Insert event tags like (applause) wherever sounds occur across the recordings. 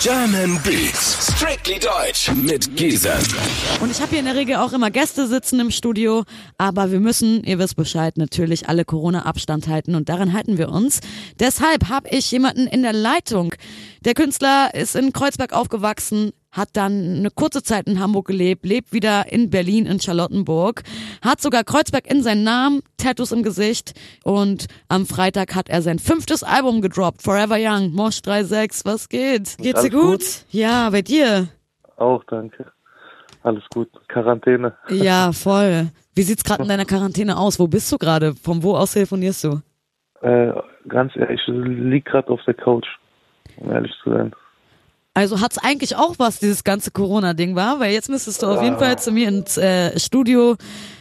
German Beats, strictly deutsch mit Giesen. Und ich habe hier in der Regel auch immer Gäste sitzen im Studio, aber wir müssen, ihr wisst Bescheid, natürlich alle Corona-Abstand halten und daran halten wir uns. Deshalb habe ich jemanden in der Leitung. Der Künstler ist in Kreuzberg aufgewachsen, hat dann eine kurze Zeit in Hamburg gelebt, lebt wieder in Berlin, in Charlottenburg, hat sogar Kreuzberg in seinen Namen, Tattoos im Gesicht und am Freitag hat er sein fünftes Album gedroppt, Forever Young, Mosh 36, was geht? Geht's dir alles gut? gut? Ja, bei dir? Auch, danke. Alles gut. Quarantäne. (laughs) Ja, voll. Wie sieht's gerade in deiner Quarantäne aus? Wo bist du gerade? Von wo aus telefonierst du? Äh, ganz ehrlich, ich lieg gerade auf der Couch, um ehrlich zu sein. Also hat's eigentlich auch was, dieses ganze Corona-Ding war, weil jetzt müsstest du auf jeden Fall zu mir ins äh, Studio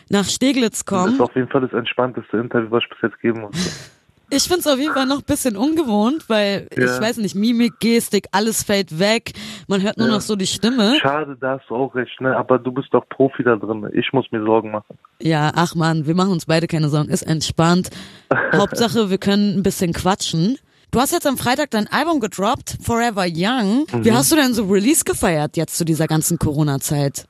nach Steglitz Das kommen. ist auf jeden Fall das entspannteste Interview, was ich bis jetzt geben musste. Ich find's auf jeden Fall noch ein bisschen ungewohnt, weil Ja. ich weiß nicht, Mimik, Gestik, alles fällt weg. Man hört nur noch so die Stimme. Schade, da hast du auch recht, ne? Aber du bist doch Profi da drin. Ich muss mir Sorgen machen. Ja, ach man, wir machen uns beide keine Sorgen, ist entspannt. Hauptsache, wir können ein bisschen quatschen. Du hast jetzt am Freitag dein Album gedroppt, Forever Young. Wie hast du denn so Release gefeiert jetzt zu dieser ganzen Corona-Zeit?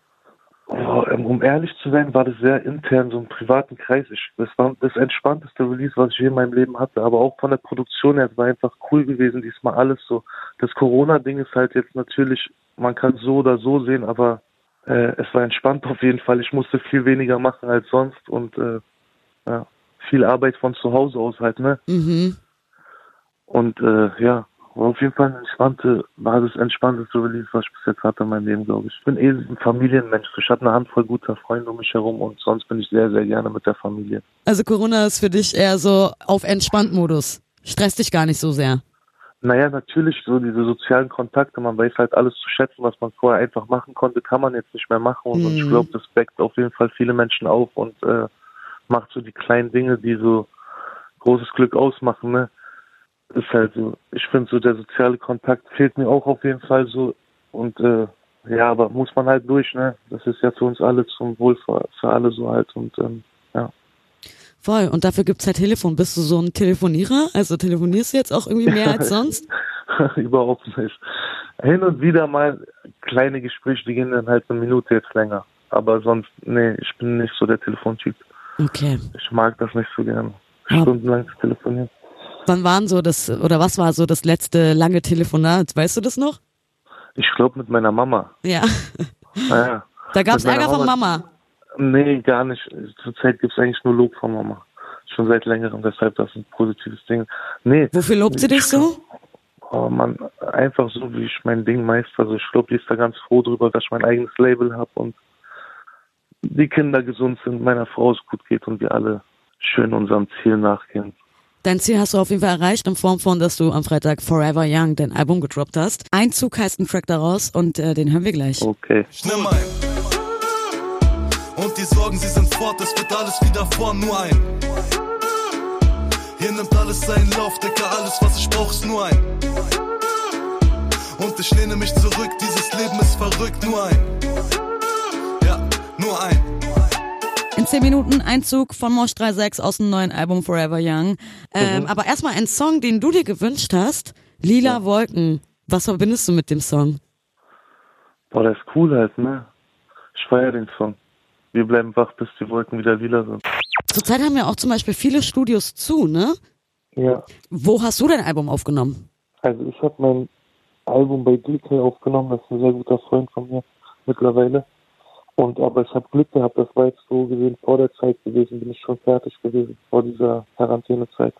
Oh, ähm, um ehrlich zu sein, war das sehr intern, so im privaten Kreis. Ich, das war das entspannteste Release, was ich je in meinem Leben hatte. Aber auch von der Produktion her, es war einfach cool gewesen, diesmal alles so. Das Corona-Ding ist halt jetzt natürlich, man kann so oder so sehen, aber äh, es war entspannt auf jeden Fall. Ich musste viel weniger machen als sonst und äh, ja, viel Arbeit von zu Hause aus halt, ne? Mhm. Und äh, ja, war auf jeden Fall eine entspannte, war das entspannteste Release, was ich bis jetzt hatte in meinem Leben, glaube ich. Ich bin eh ein Familienmensch. Ich habe eine Handvoll guter Freunde um mich herum und sonst bin ich sehr, sehr gerne mit der Familie. Also Corona ist für dich eher so auf Entspannt-Modus. Stress dich gar nicht so sehr. Naja, natürlich, so diese sozialen Kontakte, man weiß halt alles zu schätzen, was man vorher einfach machen konnte, kann man jetzt nicht mehr machen. Und, ich glaube, das weckt auf jeden Fall viele Menschen auf und äh, macht so die kleinen Dinge, die so großes Glück ausmachen, ne? Ist halt so, ich finde so der soziale Kontakt fehlt mir auch auf jeden Fall so. Und äh, ja, aber muss man halt durch, ne? Das ist ja für uns alle zum Wohl für, für alle so halt und ähm, ja. Voll. Und dafür gibt's halt Telefon. Bist du so ein Telefonierer? Also telefonierst du jetzt auch irgendwie mehr als sonst? (laughs) Überhaupt nicht. Hin und wieder mal kleine Gespräche, die gehen dann halt eine Minute jetzt länger. Aber sonst, nee, ich bin nicht so der Telefontyp. Okay. Ich mag das nicht so gerne. Ja. Stundenlang zu telefonieren. Wann waren so das, oder was war so das letzte lange Telefonat? Weißt du das noch? Ich glaube mit meiner Mama. Ja. (laughs) Naja. Da gab's Mit meiner Ärger von Mama- Mama. Nee, gar nicht. Zurzeit gibt es eigentlich nur Lob von Mama. Schon seit längerem, deshalb das ist ein positives Ding. Nee, Wofür lobt sie dich so? oh Mann, einfach so, wie ich mein Ding meister. Also ich glaube, die ist da ganz froh drüber, dass ich mein eigenes Label habe und die Kinder gesund sind, meiner Frau es gut geht und wir alle schön unserem Ziel nachgehen. Dein Ziel hast du auf jeden Fall erreicht in Form von, dass du am Freitag Forever Young dein Album gedroppt hast. Ein Zug heißt ein Track daraus und äh, den hören wir gleich. Okay. Nimm ein. Und die Sorgen, sie sind fort, es wird alles wieder vor, nur ein. Hier nimmt alles seinen Lauf, Dicker, alles, was ich brauch, ist nur ein. Und ich lehne mich zurück, dieses Leben ist verrückt, nur ein. Ja, nur ein. In 10 Minuten ein Zug von Mosh 36 aus dem neuen Album Forever Young. Ähm, Mhm. Aber erstmal ein Song, den du dir gewünscht hast. Lila Wolken. Was verbindest du mit dem Song? Boah, das ist cool halt, ne? Ich feier den Song. Wir bleiben wach, bis die Wolken wieder lila sind. Zurzeit haben ja auch zum Beispiel viele Studios zu, ne? Ja. Wo hast du dein Album aufgenommen? Also ich habe mein Album bei DK aufgenommen, das ist ein sehr guter Freund von mir mittlerweile. Und aber ich habe Glück gehabt, das war jetzt so gesehen vor der Zeit gewesen, bin ich schon fertig gewesen, vor dieser Quarantänezeit.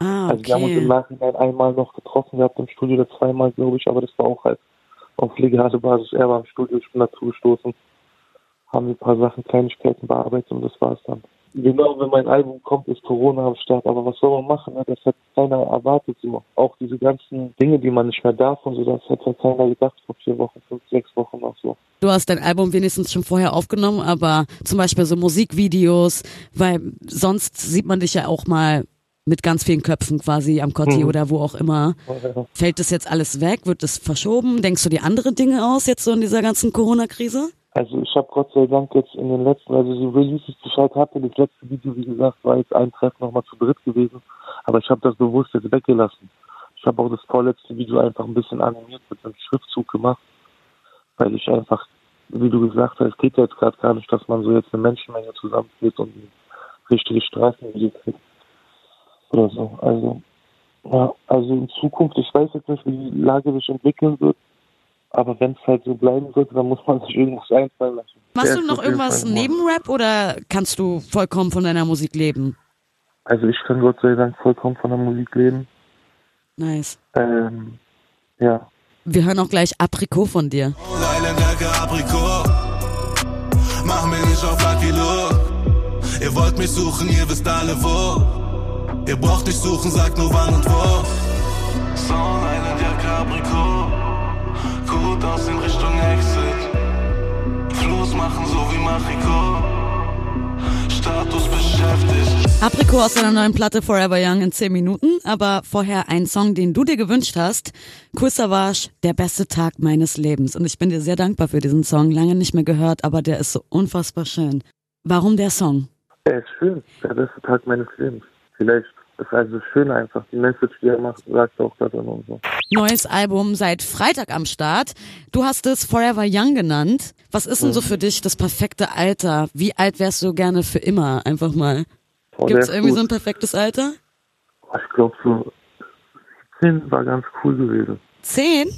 Ah, Also wir haben uns im okay. Nachhinein einmal noch getroffen gehabt im Studio oder zweimal, glaube ich, aber das war auch halt auf legale Basis. Er war im Studio, ich bin dazugestoßen, haben wir ein paar Sachen, Kleinigkeiten bearbeitet und das war's dann. Genau, wenn mein Album kommt, ist Corona am Start, aber was soll man machen? ne? Das hat keiner erwartet. so. Auch diese ganzen Dinge, die man nicht mehr darf und so, das hat ja keiner gedacht vor vier Wochen, fünf, sechs Wochen noch so. Du hast dein Album wenigstens schon vorher aufgenommen, aber zum Beispiel so Musikvideos, weil sonst sieht man dich ja auch mal mit ganz vielen Köpfen quasi am Kotti Mhm. oder wo auch immer. Fällt das jetzt alles weg? Wird das verschoben? Denkst du dir andere Dinge aus jetzt so in dieser ganzen Corona-Krise? Also ich habe Gott sei Dank jetzt in den letzten, also die Releases, die ich halt hatte, das letzte Video, wie gesagt, war jetzt ein Treffen nochmal zu dritt gewesen, aber ich habe das bewusst jetzt weggelassen. Ich habe auch das vorletzte Video einfach ein bisschen animiert mit einem Schriftzug gemacht, weil ich einfach, wie du gesagt hast, geht jetzt gerade gar nicht, dass man so jetzt eine Menschenmenge zusammenführt und ein richtiges Straßenvideo kriegt. Oder so. Also, ja, also in Zukunft, ich weiß jetzt nicht, wie die Lage sich entwickeln wird, aber wenn es halt so bleiben sollte, dann muss man sich irgendwas einfallen lassen. Machst Der du ist noch auf jeden irgendwas Fall ein Mann. neben Rap oder kannst du vollkommen von deiner Musik leben? Also ich kann Gott sei Dank vollkommen von der Musik leben. Nice. Ähm, ja, Wir hören auch gleich Aprikot von dir. Leilenwerke, Aprikot. Mach mir nicht auf Lucky Luke. Ihr wollt mich suchen, ihr wisst alle wo. Ihr braucht nicht suchen, sagt nur wann und wo. Sound, Leilenwerke, Aprikot. Gut aus in Richtung Exit. Fluss machen, so wie Machiko. Status beschäftigt. Aprikot aus deiner neuen Platte Forever Young in 10 Minuten, aber vorher ein Song, den du dir gewünscht hast. Kool Savas, der beste Tag meines Lebens. Und ich bin dir sehr dankbar für diesen Song. Lange nicht mehr gehört, aber der ist so unfassbar schön. Warum der Song? Er ist schön, der beste Tag meines Lebens. Vielleicht ist also schön einfach. Die Message, die er macht, sagt auch das an uns so. Neues Album seit Freitag am Start. Du hast es Forever Young genannt. Was ist Mhm. denn so für dich das perfekte Alter? Wie alt wärst du gerne für immer? Einfach mal. Boah, Oh, der Gibt es ist irgendwie gut. so ein perfektes Alter? Boah, Ich glaube so 17 war ganz cool gewesen. Zehn?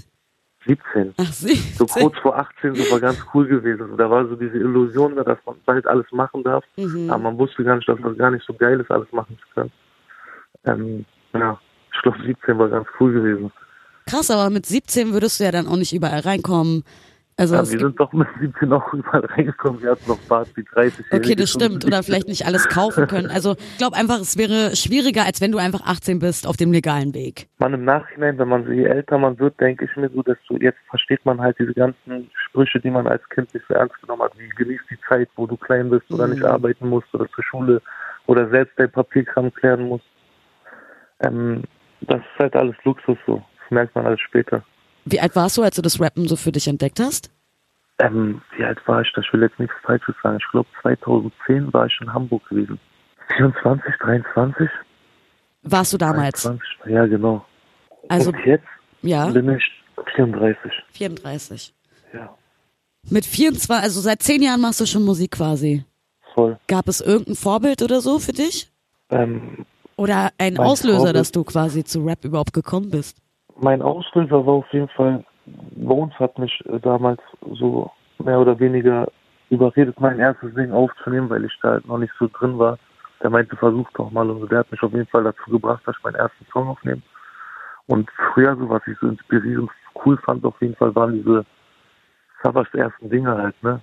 17. Ach, sie. So kurz vor 18 so war ganz cool gewesen. Da war so diese Illusion da, dass man bald alles machen darf. Mhm. Aber man wusste gar nicht, dass man gar nicht so geil ist, alles machen zu können. Ähm, ja, ich glaube 17 war ganz cool gewesen. Krass, aber mit 17 würdest du ja dann auch nicht überall reinkommen. Also Ja, es wir gibt, sind doch mit 17 auch überall reingekommen. Wir hatten noch Bart wie 30 okay, das stimmt. Oder vielleicht nicht alles kaufen (laughs) können. Also ich glaube einfach, es wäre schwieriger, als wenn du einfach 18 bist auf dem legalen Weg. man im Nachhinein, wenn man so je älter man wird, denke ich mir so, desto jetzt versteht man halt diese ganzen Sprüche, die man als Kind nicht so ernst genommen hat, wie genieß die Zeit, wo du klein bist oder Mhm. nicht arbeiten musst oder zur Schule oder selbst dein Papierkram klären musst. Ähm, das ist halt alles Luxus so. Das merkt man alles später. Wie alt warst du, als du das Rappen so für dich entdeckt hast? Ähm, wie alt war ich? da? Ich will jetzt nichts Falsches sagen. Ich glaube 2010 war ich in Hamburg gewesen. 24, 23? Warst du damals? 23, ja genau. Also Und jetzt ja, bin ich 34. 34. Ja, Mit 24, also seit 10 Jahren machst du schon Musik quasi. voll. Gab es irgendein Vorbild oder so für dich? Ähm, Oder ein Mein Auslöser, Vorbild- dass du quasi zu Rap überhaupt gekommen bist? mein Auslöser war auf jeden Fall, Bones hat mich äh, damals so mehr oder weniger überredet, mein erstes Ding aufzunehmen, weil ich da halt noch nicht so drin war. Der meinte, versuch doch mal und so. Der hat mich auf jeden Fall dazu gebracht, dass ich meinen ersten Song aufnehme. Und früher, so was ich so inspirierend cool fand, auf jeden Fall waren diese Savas ersten Dinge halt, ne?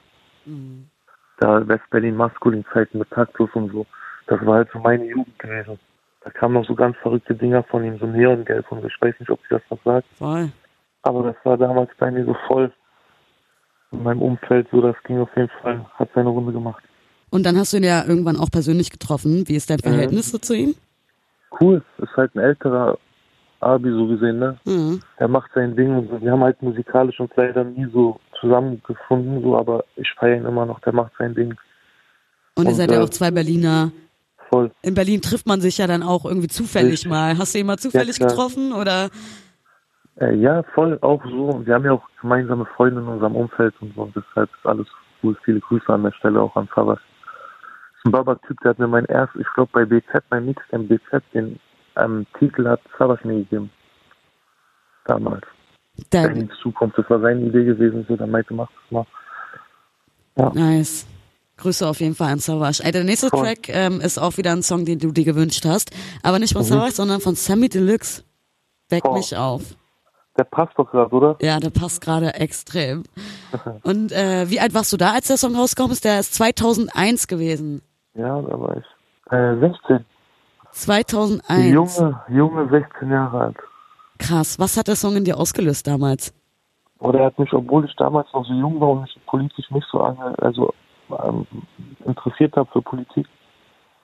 Da West-Berlin-Maskulin-Zeiten mit Taktus und so. Das war halt so meine Jugend gewesen. Da kamen noch so ganz verrückte Dinger von ihm, so Neongelb und so. Ich weiß nicht, ob sie das noch sagt. Voll. Aber das war damals bei mir so voll in meinem Umfeld so, das ging auf jeden Fall, hat seine Runde gemacht. Und dann hast du ihn ja irgendwann auch persönlich getroffen. Wie ist Mhm. dein Verhältnis so zu ihm? Cool, ist halt ein älterer Abi so gesehen, ne? Mhm. Er macht sein Ding und so. Wir haben halt musikalisch uns leider nie so zusammengefunden, so, aber ich feiere ihn immer noch, der macht sein Ding Und ihr Und, seid ja äh, auch zwei Berliner. voll. In Berlin trifft man sich ja dann auch irgendwie zufällig Richtig. mal. Hast du ihn mal zufällig klar. getroffen oder? Äh, ja, voll, auch so. Und Wir haben ja auch gemeinsame Freunde in unserem Umfeld und so, und deshalb ist alles cool. Viele Grüße an der Stelle auch an Fabas. Ist ein Baba-Typ, der hat mir mein erst, ich glaube bei BZ, mein Mix, im BZ, den ähm, Titel hat Fabas mir gegeben. Damals. Dann, (clears throat) Berlins Zukunft, das war seine Idee gewesen, so, dann meinte, mach das mal. Nice. Grüße auf jeden Fall an Savage. Ey, der nächste Voll. Track ähm, ist auch wieder ein Song, den du dir gewünscht hast. Aber nicht von Mhm. Savage, sondern von Sammy Deluxe. Weck Boah. mich auf. Der passt doch gerade, oder? Ja, der passt gerade (laughs) extrem. Und äh, wie alt warst du da, als der Song rausgekommen ist? Der ist 2001 gewesen. Ja, da war ich. Äh, 16. 2001. Junge, junge 16 Jahre alt. Krass. Was hat der Song in dir ausgelöst damals? Oder er hat mich, obwohl ich damals noch so jung war und mich politisch nicht so ange also, ähm, interessiert habe für Politik,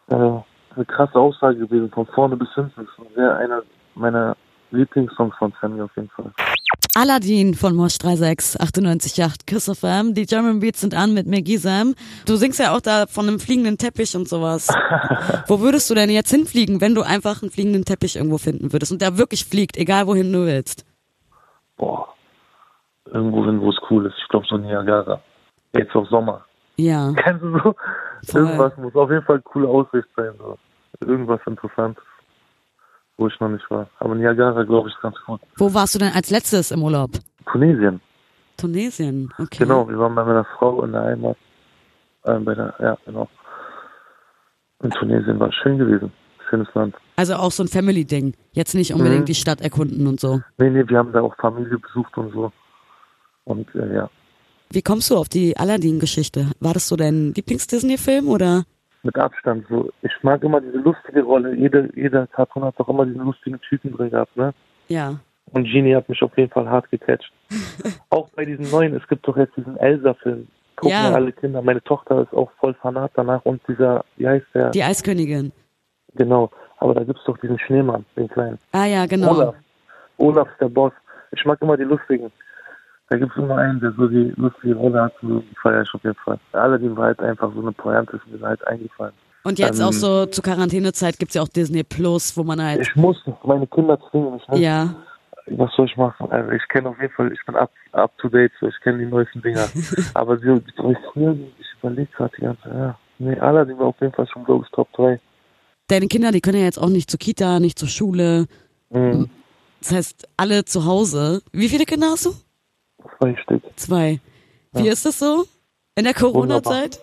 äh, eine krasse Aussage gewesen, von vorne bis hinten. Das ist sehr einer meiner Lieblingssongs von Sammy auf jeden Fall. Aladdin von Mosch 36, 98,8 Kiss of M. Die German Beats sind an mit Maggie Sam. Du singst ja auch da von einem fliegenden Teppich und sowas. Wo würdest du denn jetzt hinfliegen, wenn du einfach einen fliegenden Teppich irgendwo finden würdest und der wirklich fliegt, egal wohin du willst? Boah. Irgendwo hin, wo es cool ist. Ich glaube, so Niagara. Jetzt auf Sommer. (laughs) Ja. Kennst du so? Voll. Irgendwas muss auf jeden Fall coole Aussicht sein. So. Irgendwas Interessantes, wo ich noch nicht war. Aber Niagara, glaube ich, ist ganz cool. Wo warst du denn als letztes im Urlaub? Tunesien. Tunesien, okay. Genau, wir waren bei meiner Frau in der Heimat. Äh, bei der, ja, genau. In Tunesien war schön gewesen. Schönes Land. Also auch so ein Family-Ding. Jetzt nicht unbedingt die Stadt erkunden und so. Nee, nee, wir haben da auch Familie besucht und so. Und äh, ja, Wie kommst du auf die Aladdin-Geschichte? War das so dein Lieblings-Disney-Film oder? mit Abstand so. Ich mag immer diese lustige Rolle. Jeder, jeder Cartoon hat doch immer diesen lustigen Typen drin gehabt, ne? Ja. Und Genie hat mich auf jeden Fall hart gecatcht. auch bei diesem neuen, es gibt doch jetzt diesen Elsa-Film. Gucken Ja. ja. alle Kinder. Meine Tochter ist auch voll Fanat danach und dieser, wie heißt der? Die Eiskönigin. Genau. Aber da gibt's doch diesen Schneemann, den kleinen. Ah ja, genau. Olaf. Olaf ist der Boss. Ich mag immer die Lustigen. Da gibt's immer einen, der so die lustige Rolle hat. So, die feier ich auf jeden Fall. Allerdings war halt einfach so eine Pointe, ist mir halt eingefallen. Und jetzt Ähm, auch so zur Quarantänezeit gibt's ja auch Disney Plus, wo man halt. Ich muss meine Kinder zwingen. Ich muss, Ja. Was soll ich machen? Also ich kenne auf jeden Fall, ich bin up, up to date, so ich kenne die neuesten (laughs) Dinger. Aber so, so ich früher, ich überlege gerade die ganze ja. Nee, Aladdin war auf jeden Fall schon, glaube ich, Top 3. Deine Kinder, die können ja jetzt auch nicht zur Kita, nicht zur Schule. Mhm. Das heißt, alle zu Hause. Wie viele Kinder hast du? Zwei Stück. Zwei. Wie ist das so? In der Corona-Zeit?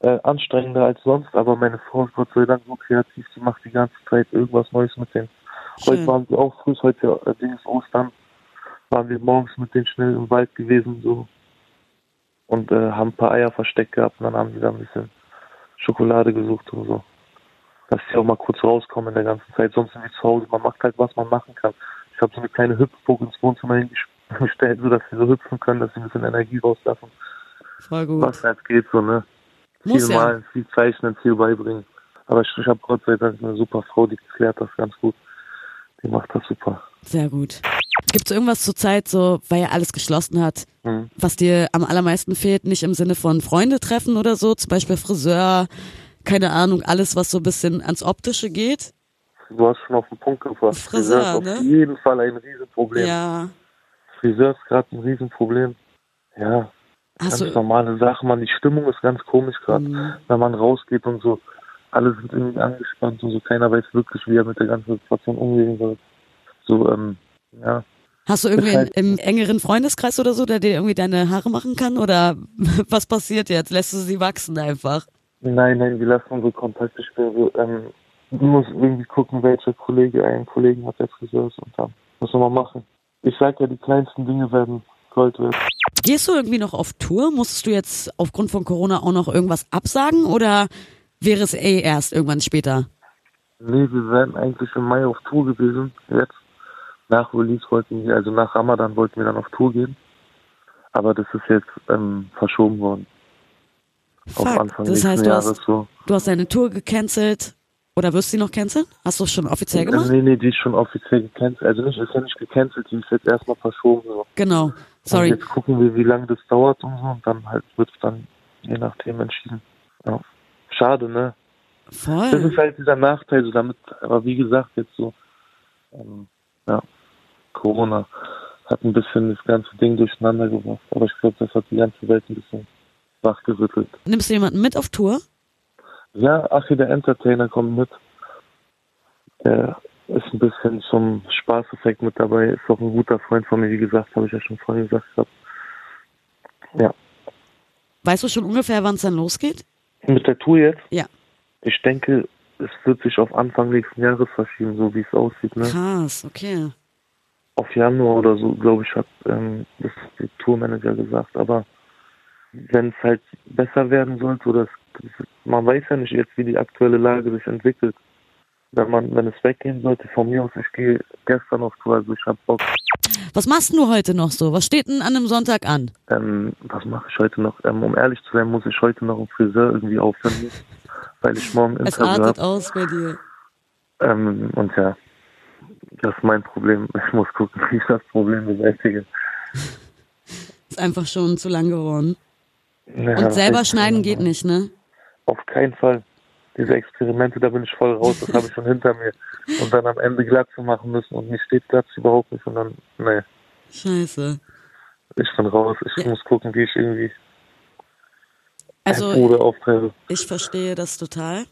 äh, anstrengender als sonst, aber meine Frau ist Gott sei Dank so kreativ, die macht die ganze Zeit irgendwas Neues mit denen. Schön. Heute waren wir auch früh, heute äh, Ding ist Ostern, waren wir morgens mit denen schnell im Wald gewesen so und äh, haben ein paar Eier versteckt gehabt und dann haben die da ein bisschen Schokolade gesucht und so. Dass die auch mal kurz rauskommen in der ganzen Zeit, sonst sind die zu Hause, man macht halt, was man machen kann. Ich habe so eine kleine Hüpfburg ins Wohnzimmer hingestellt, (laughs) sodass sie so hüpfen können, dass sie ein bisschen Energie rauslassen, Voll gut. was halt geht so, ne? Muss viel ja. malen, viel zeichnen, viel beibringen. Aber ich, ich habe Gott sei Dank eine super Frau, die klärt das ganz gut. Die macht das super. Sehr gut. Gibt's irgendwas zur Zeit, so, weil ja alles geschlossen hat, Mhm. was dir am allermeisten fehlt? Nicht im Sinne von Freunde treffen oder so, zum Beispiel Friseur, keine Ahnung, alles, was so ein bisschen ans Optische geht? Du hast schon auf den Punkt gebracht. Friseur, ist auf ne? jeden Fall ein Riesenproblem. Ja. Friseur ist gerade ein Riesenproblem. Ja, Hast ganz du, normale Sache, man. Die Stimmung ist ganz komisch gerade, Mhm. wenn man rausgeht und so. Alle sind irgendwie angespannt und so. Keiner weiß wirklich, wie er mit der ganzen Situation umgehen soll. So, ähm, ja. hast du irgendwie Das heißt- im engeren Freundeskreis oder so, der dir irgendwie deine Haare machen kann? Oder (laughs) was passiert jetzt? Lässt du sie wachsen einfach? Nein, nein, wir lassen unsere Kontakte spielen. Wir, ähm, du musst irgendwie gucken, welcher Kollege einen Kollegen hat, der Friseur ist und dann muss man mal machen. Ich sag ja, die kleinsten Dinge werden Gold wert. Gehst du irgendwie noch auf Tour? Musstest du jetzt aufgrund von Corona auch noch irgendwas absagen oder wäre es eh erst irgendwann später? Nee, wir wären eigentlich im Mai auf Tour gewesen. Jetzt, nach Release wollten wir, also nach Ramadan wollten wir dann auf Tour gehen. Aber das ist jetzt ähm, verschoben worden. auf Fuck, Anfang das nächsten heißt, du Jahres hast, so. du hast deine Tour gecancelt oder wirst du sie noch canceln? Hast du schon offiziell gemacht? Also, Nee, nee, die ist schon offiziell gecancelt. Also nicht, ist ja nicht gecancelt, die ist jetzt erstmal verschoben. So. Genau, Und sorry. jetzt gucken wir, wie lange das dauert und so. Und dann halt wird's dann je nachdem entschieden. Ja. Schade, ne? Das Voll. ist halt dieser Nachteil, so damit, aber wie gesagt, jetzt so, ähm, ja, Corona hat ein bisschen das ganze Ding durcheinander gebracht. Aber ich glaube, das hat die ganze Welt ein bisschen wachgerüttelt. Nimmst du jemanden mit auf Tour? Ja, Achille, der Entertainer kommt mit. Der ist ein bisschen zum Spaßeffekt mit dabei. Ist auch ein guter Freund von mir, wie gesagt, habe ich ja schon vorhin gesagt gehabt. Ja. Weißt du schon ungefähr, wann es dann losgeht? Mit der Tour jetzt? Ja. Ich denke, es wird sich auf Anfang nächsten Jahres verschieben, so wie es aussieht. Ne? Krass, okay. Auf Januar oder so, glaube ich, hat ähm, das der Tourmanager gesagt. Aber wenn es halt besser werden sollte, oder es, es, man weiß ja nicht jetzt, wie die aktuelle Lage sich entwickelt. Wenn man, wenn es weggehen sollte, von mir aus, ich gehe gestern auf Tour, also ich habe Bock. Was machst denn du heute noch so? Was steht denn an einem Sonntag an? Ähm, was mache ich heute noch? Ähm, um ehrlich zu sein, muss ich heute noch einen Friseur (laughs) irgendwie aufhören, weil ich morgen ein Es Interview artet habe. aus bei dir. Ähm, und ja, Das ist mein Problem. (laughs) Ich muss gucken, wie ich das Problem beseitige. Ist einfach schon zu lang geworden. Ja, Und das selber ist- schneiden geht nicht, ne? Auf keinen Fall. Diese Experimente, da bin ich voll raus, das habe ich schon hinter mir. Und dann am Ende Glatze machen müssen und mir steht Glatze überhaupt nicht. Und dann, nee, Scheiße. ich bin raus. Ich muss gucken, wie ich irgendwie Also Bruder auftreibe. ich verstehe das total.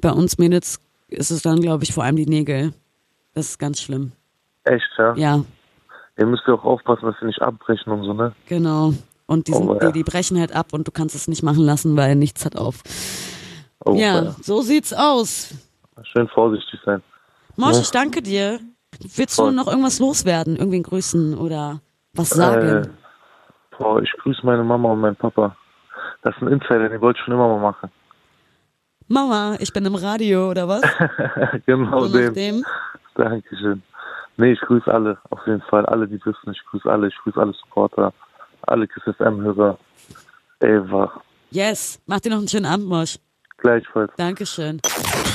Bei uns Mädels ist es dann, glaube ich, vor allem die Nägel. Das ist ganz schlimm. Echt, ja? Ja, Ihr müsst ja auch aufpassen, dass ihr nicht abbrechen und so, ne? genau. Und die, sind, Oh, ja. die, die brechen halt ab und du kannst es nicht machen lassen, weil nichts hat auf. Oh, Ja, so sieht's aus. ja. Schön vorsichtig sein. Mosch, ich danke dir. Willst du Voll. noch irgendwas loswerden? Irgendwen grüßen oder was sagen? Äh, boah, ich grüße meine Mama und meinen Papa. Das ist ein Insider, den wollte ich schon immer mal machen. Mama, ich bin im Radio oder (laughs) was? genau So nach den. dem. Dankeschön. Nee, ich grüße alle, auf jeden Fall. Alle, die wissen, ich grüße alle. Ich grüße alle Supporter, alle KSFM-Hörer. Eva, Yes, mach dir noch einen schönen Abend, Mosch. gleichfalls. Dankeschön.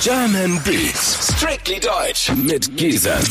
German Beats. Strictly Deutsch. Mit Giesern.